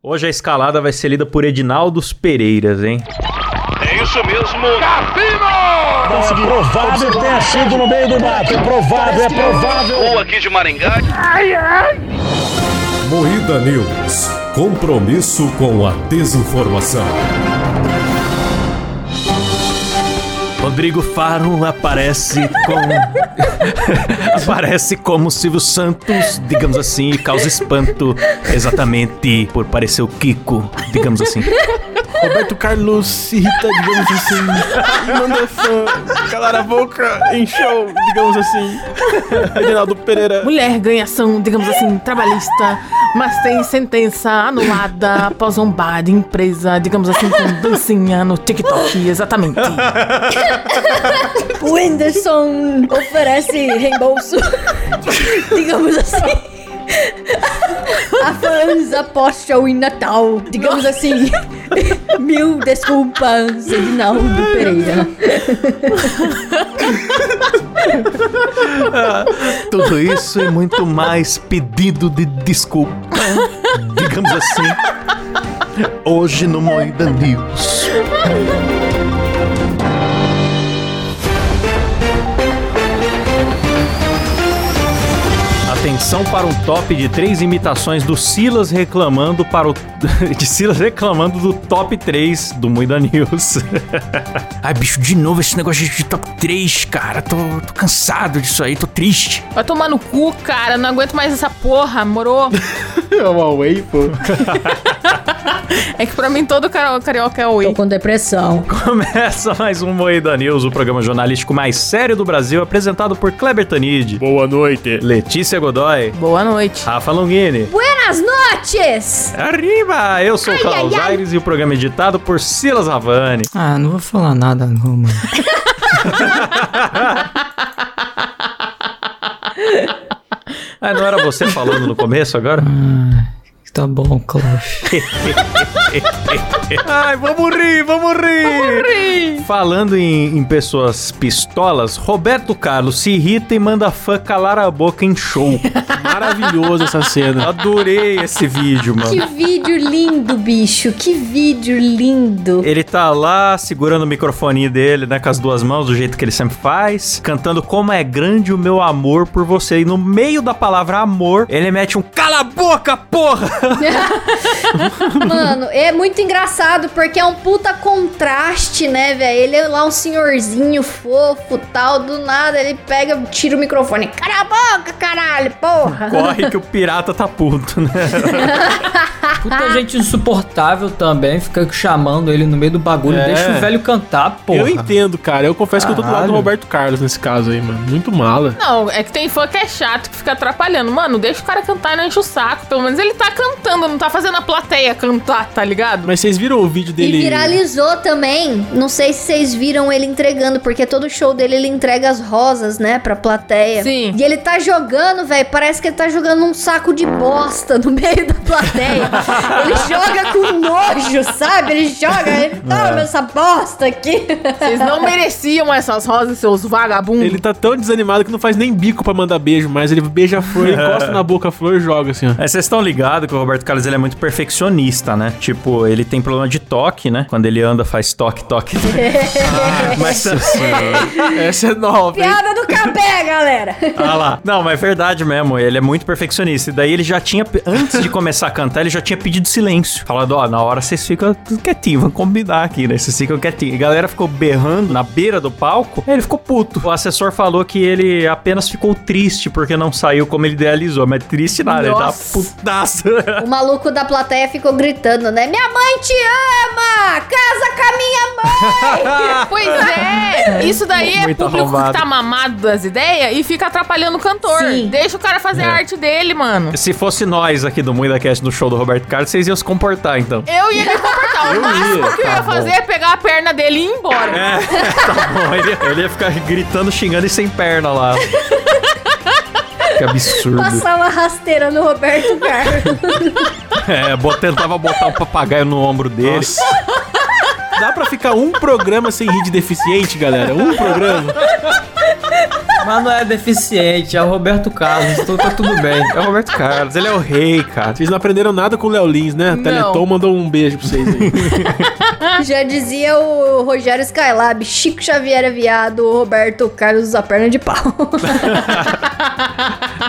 Hoje a escalada vai ser lida por Edinaldos Pereiras, hein? É isso mesmo. Cassino! É provável que tenha sido no meio do mato. É provável, é provável. Ou aqui de Maringá. Moída News. Compromisso com a desinformação. Rodrigo Faro aparece com. aparece como Silvio Santos, digamos assim, e causa espanto exatamente por parecer o Kiko, digamos assim. Roberto Carlos se irrita, digamos assim. Manda fã calar a boca em show, digamos assim. Reginaldo Pereira. Mulher ganha ação, digamos assim, trabalhista, mas tem sentença anulada após zombar de empresa, digamos assim, com dancinha no TikTok, exatamente. O Whindersson oferece reembolso, digamos assim. A fãs após show em Natal, digamos assim. Mil desculpas, Edinaldo Pereira. Tudo isso e muito mais pedido de desculpa, digamos assim. Hoje no Moída News. Atenção para um top de três imitações do Silas reclamando para o de Silas reclamando do top 3 do Moída News. Ai, bicho, de novo esse negócio de top 3, cara. Tô, tô cansado disso aí, tô triste. Vai tomar no cu, cara. Não aguento mais essa porra, moro? É uma Huawei, pô. É que pra mim todo cara- carioca é Tô oi. com depressão. Começa mais um Moída News, o programa jornalístico mais sério do Brasil, apresentado por Kleber Tanid, Boa noite. Letícia Godoy, Boa noite. Rafa Longini. Buenas noches! Arriba! Eu sou o Carlos Aires e o programa é editado por Silas Havani. Ah, não vou falar nada não, mano. Ah, não era você falando no começo agora? Tá bom, Clóvis. Ai, vamos rir, vamos rir! Falando em, em pessoas pistolas, Roberto Carlos se irrita e manda fã calar a boca em show. Maravilhoso essa cena. Adorei esse vídeo, mano. Que vídeo lindo, bicho! Que vídeo lindo! Ele tá lá segurando o microfone dele, né, com as duas mãos, do jeito que ele sempre faz, cantando como é grande o meu amor por você. E no meio da palavra amor, ele mete um cala a boca, porra! Mano, é muito engraçado porque é um puta contraste, né, velho? Ele é lá um senhorzinho fofo tal, do nada ele pega, tira o microfone. Cala a boca, caralho, porra! Corre que o pirata tá puto, né? Puta gente insuportável também, fica chamando ele no meio do bagulho. É. Deixa o velho cantar, porra. Eu entendo, cara. Eu confesso que eu tô do lado do Caralho. Roberto Carlos nesse caso aí, mano. Muito mala. Não, é que tem fã que é chato, que fica atrapalhando. Mano, deixa o cara cantar e não enche o saco. Pelo menos ele tá cantando, não tá fazendo a plateia cantar, tá ligado? Mas vocês viram o vídeo dele? E viralizou também. Não sei se vocês viram ele entregando, porque todo show dele ele entrega as rosas, né, pra plateia. Sim. E ele tá jogando, velho. Parece que ele tá jogando um saco de bosta no meio da plateia. ele joga com nojo, sabe? Ele joga, ele toma essa bosta aqui. Vocês não mereciam essas rosas, seus vagabundos. Ele tá tão desanimado que não faz nem bico pra mandar beijo, mas ele beija a flor, encosta na boca a flor e joga assim, ó. Mas vocês estão ligados que o Roberto Carlos ele é muito perfeccionista, né? Tipo, ele tem problema de toque, né? Quando ele anda, faz toque, toque. mas, Essa é nova, hein? Piada do capé, galera. ah lá. Não, mas é verdade mesmo. Ele é muito perfeccionista. E daí ele já tinha, pe- antes de começar a cantar, ele já tinha pedido silêncio. Falando, ó, na hora vocês ficam tudo quietinho, vamos combinar aqui, né? Vocês ficam quietinho. E a galera ficou berrando na beira do palco. Aí ele ficou puto. O assessor falou que ele apenas ficou triste porque não saiu como ele idealizou. Mas triste nada, Nossa. ele tá putaço. O maluco da plateia ficou gritando, né? Minha mãe te ama! Casa com a minha mãe! Pois é, isso daí é Muito público arrombado. que tá mamado das ideias e fica atrapalhando o cantor. Sim. Deixa o cara fazer a arte dele, mano. Se fosse nós aqui do MuidaCast no show do Roberto Carlos, vocês iam se comportar, então. Eu ia me comportar. O máximo ia, que eu tá ia fazer é pegar a perna dele e ir embora. É, tá bom. Ele, ele ia ficar gritando, xingando e sem perna lá. Que absurdo. Passar uma rasteira no Roberto Carlos. É, bo- tentava botar um papagaio no ombro dele. Nossa. Dá pra ficar um programa sem rir de deficiente, galera? Um programa. Mas não é deficiente, é o Roberto Carlos, então tá tudo bem. É o Roberto Carlos, ele é o rei, cara. Vocês não aprenderam nada com o Léo Lins, né? Não. Teleton mandou um beijo pra vocês aí. Já dizia o Rogério Skylab, Chico Xavier é viado, o Roberto Carlos usa perna de pau.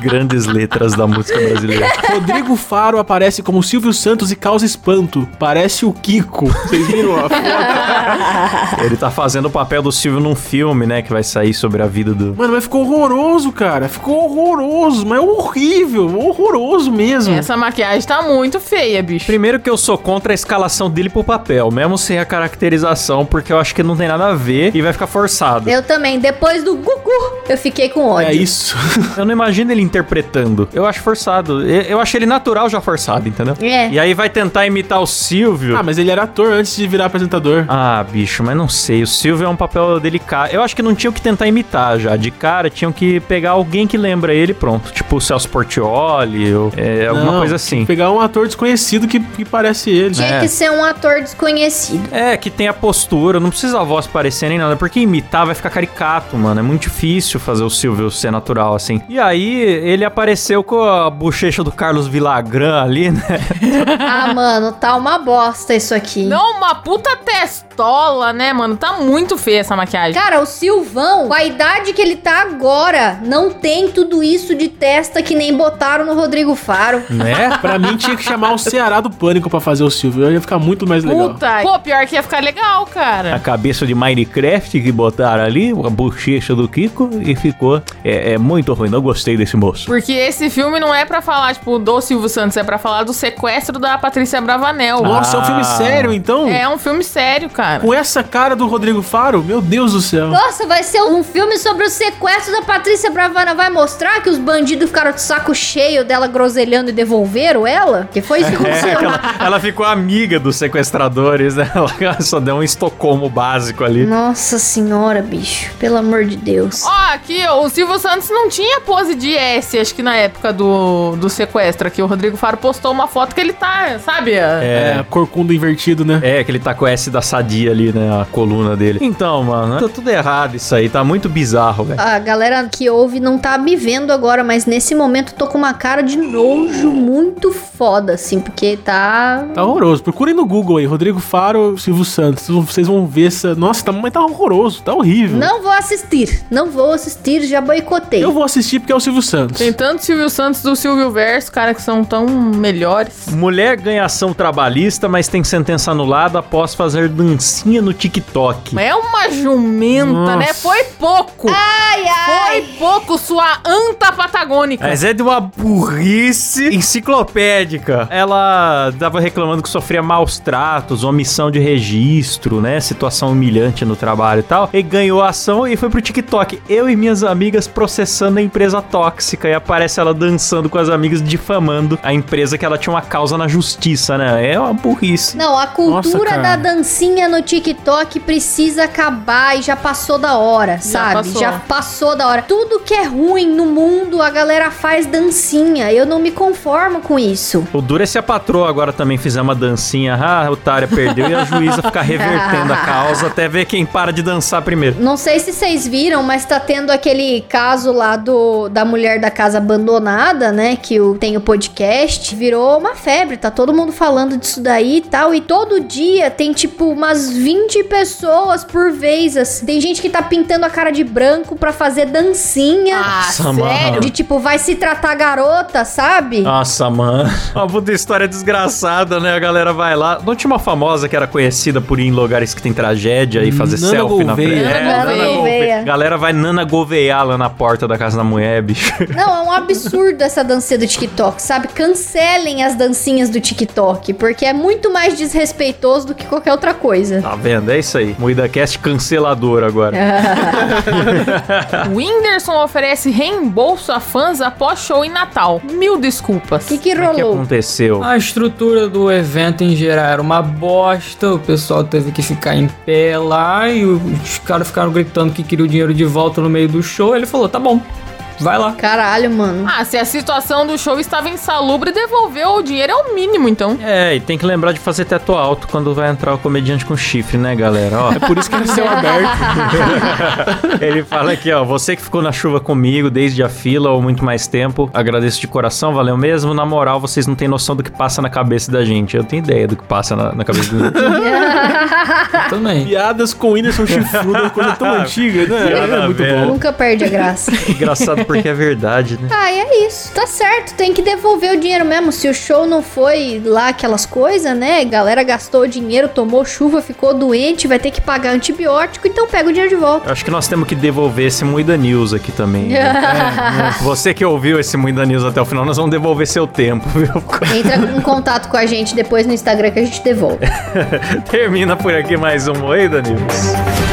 Grandes letras da música brasileira. Rodrigo Faro aparece como Silvio Santos e causa espanto. Parece o Kiko. Vocês viram a foto? Ele tá fazendo o papel do Silvio num filme, né? Que vai sair sobre a vida do. Mano, mas ficou horroroso, cara. Ficou horroroso, mas horrível. Horroroso mesmo. Essa maquiagem tá muito feia, bicho. Primeiro que eu sou contra a escalação dele pro papel, mesmo sem a caracterização, porque eu acho que não tem nada a ver e vai ficar forçado. eu também, depois do Gugu, eu fiquei com ódio. É isso. Eu não imagino ele interpretando. Eu acho forçado. Eu, eu acho ele natural já forçado, entendeu? É. E aí vai tentar imitar o Silvio. Ah, mas ele era ator antes de virar apresentador. Ah, bicho, mas não sei. O Silvio é um papel delicado. Eu acho que não tinham que tentar imitar já. De cara, tinham que pegar alguém que lembra ele, pronto. Tipo o Celso Portioli, ou é, alguma Não, coisa tem assim. que Pegar um ator desconhecido que, que parece ele. Né? Tinha É. que ser um ator desconhecido. É, que tem a postura, não precisa a voz parecer nem nada, porque imitar vai ficar caricato, mano. É muito difícil fazer o Silvio ser natural assim. E aí, ele apareceu com a bochecha do Carlos Villagrán ali, né? ah, mano, tá uma bosta isso aqui. Não, uma puta testola, né, mano? Tá muito feia essa maquiagem. Cara, o Silvão, com a idade que ele tá agora, não tem tudo isso de testa que nem botaram no Rodrigo Faro. né? Pra mim tinha que chamar o Ceará do Pânico pra fazer o Silvio. Eu ia ficar muito mais legal. Puta. Pô, pior que ia ficar legal, A cara. cabeça de Minecraft que botaram ali, a bochecha do Kiko, e ficou. É, é muito ruim, não gostei desse moço. Porque esse filme não é pra falar, tipo, do Silvio Santos, é pra falar do sequestro da Patrícia Bravanel. Nossa, é um filme Ah. sério, então? É um filme sério, cara. Com essa cara do Rodrigo Faro, meu Deus do céu. Nossa, vai ser um filme sobre o sequestro da Patrícia Bravana. Vai mostrar que os bandidos ficaram de saco cheio dela groselhando e devolveram ela? Que foi isso que É, aconteceu. que ela, ela ficou amiga dos sequestradores, né? Ela só deu um Estocolmo básico ali. Nossa senhora, bicho. Pelo amor de Deus. Ó, aqui, ó, o Silvio Santos não tinha pose de S, acho que na época do, do sequestro aqui. O Rodrigo Faro postou uma foto que ele tá, sabe? É, corcunda invertido, né? É, que ele tá com o S da sadia ali, né? A coluna dele. Então, mano, tá tudo errado isso aí. Tá muito bizarro, velho. A galera que ouve não tá me vendo agora, mas nesse momento eu tô com uma cara de nojo muito foda, assim, porque tá. Tá horroroso. Procurem no Google aí, Rodrigo Faro, Silvio Santos. Vocês vão- Vocês vão ver essa. Nossa, tá, mas tá horroroso, tá horrível. Não vou assistir, não vou assistir, já boicotei. Eu vou assistir porque é o Silvio Santos. Tem tanto Silvio Santos do Silvio Verso, cara, que são tão melhores. Mulher ganha ação trabalhista, mas tem sentença anulada após fazer dancinha no TikTok. Mas É uma jumenta, Nossa. né? Foi pouco. Ai, ai! Foi pouco sua anta patagônica. Mas é de uma burrice enciclopédica. Ela tava reclamando que sofria maus tratos, omissão de registro, né? Situação humilhante no trabalho e tal. E ganhou a ação e foi pro TikTok. Eu e minhas amigas processando a empresa tóxica. E aparece ela dançando com as amigas, difamando a empresa que ela tinha uma causa na justiça, né? É uma burrice. Não, a cultura Nossa, da cara. dancinha no TikTok precisa acabar e já passou da hora, sabe? passou. Já passou da hora. Tudo que é ruim no mundo, a galera faz dancinha. Eu não me conformo com isso. O duro é se a patroa agora também fizer uma dancinha. Ah, a otária perdeu e a juíza ficar revertendo a causa até ver quem para de dançar primeiro. Não sei se vocês viram, mas tá tendo aquele caso lá do da mulher da casa abandonada, né? Que o, tem o podcast. Virou uma febre, tá todo mundo falando disso daí e tal. E todo dia tem tipo umas 20 pessoas por vez. assim. Tem gente que tá pintando a cara de branco pra fazer dancinha. Nossa, mano. Ah, De tipo, vai se tratar garota, sabe? Nossa, mano. Uma puta história desgraçada, né? A galera vai lá. Não tinha uma famosa que era conhecida por ir em lugares que tem tragédia e fazer Nana selfie na frente? Gouveia. É, Nana Gouveia. Galera vai Nana Gouveia lá na porta da casa da mulher, bicho. Não, é um absurdo essa dancinha do TikTok, sabe? Cancelem as dancinhas do TikTok, porque é muito mais desrespeitoso do que qualquer outra coisa. Tá vendo? É isso aí. Moída Cast cancelador agora. O Whindersson oferece reembolso a fãs após show em Natal. Mil O desculpas. que, que O é que rolou? aconteceu? A estrutura do evento em geral era uma bosta, o pessoal teve que ficar em pé lá e os caras ficaram gritando que queria o dinheiro de volta no meio do show. Ele falou: tá bom, Vai lá. Caralho, mano. Ah, se a situação do show estava insalubre, devolver o dinheiro é o mínimo, então. É, e tem que lembrar de fazer teto alto quando vai entrar o comediante com chifre, né, galera? Ó, É Por isso que ele saiu aberto. ele fala aqui, ó, você que ficou na chuva comigo desde a fila ou muito mais tempo, agradeço de coração, valeu mesmo. Na moral, vocês não têm noção do que passa na cabeça da gente. Eu tenho ideia do que passa na, na cabeça da gente. Também. Piadas com o Whindersson Chifrudo, é uma coisa tão antiga, né? Piada é muito velha. bom. Nunca perde a graça. Engraçado porque é verdade, né? Ah, e é isso. Tá certo, tem que devolver o dinheiro mesmo. Se o show não foi lá aquelas coisas, né? Galera gastou o dinheiro, tomou chuva, ficou doente, vai ter que pagar antibiótico, então pega o dinheiro de volta. Acho que nós temos que devolver esse Muida News aqui também. né? Você que ouviu esse Muida News até o final, nós vamos devolver seu tempo, viu? Entra em contato com a gente depois no Instagram que a gente devolve. Termina por aqui mais um Muida News.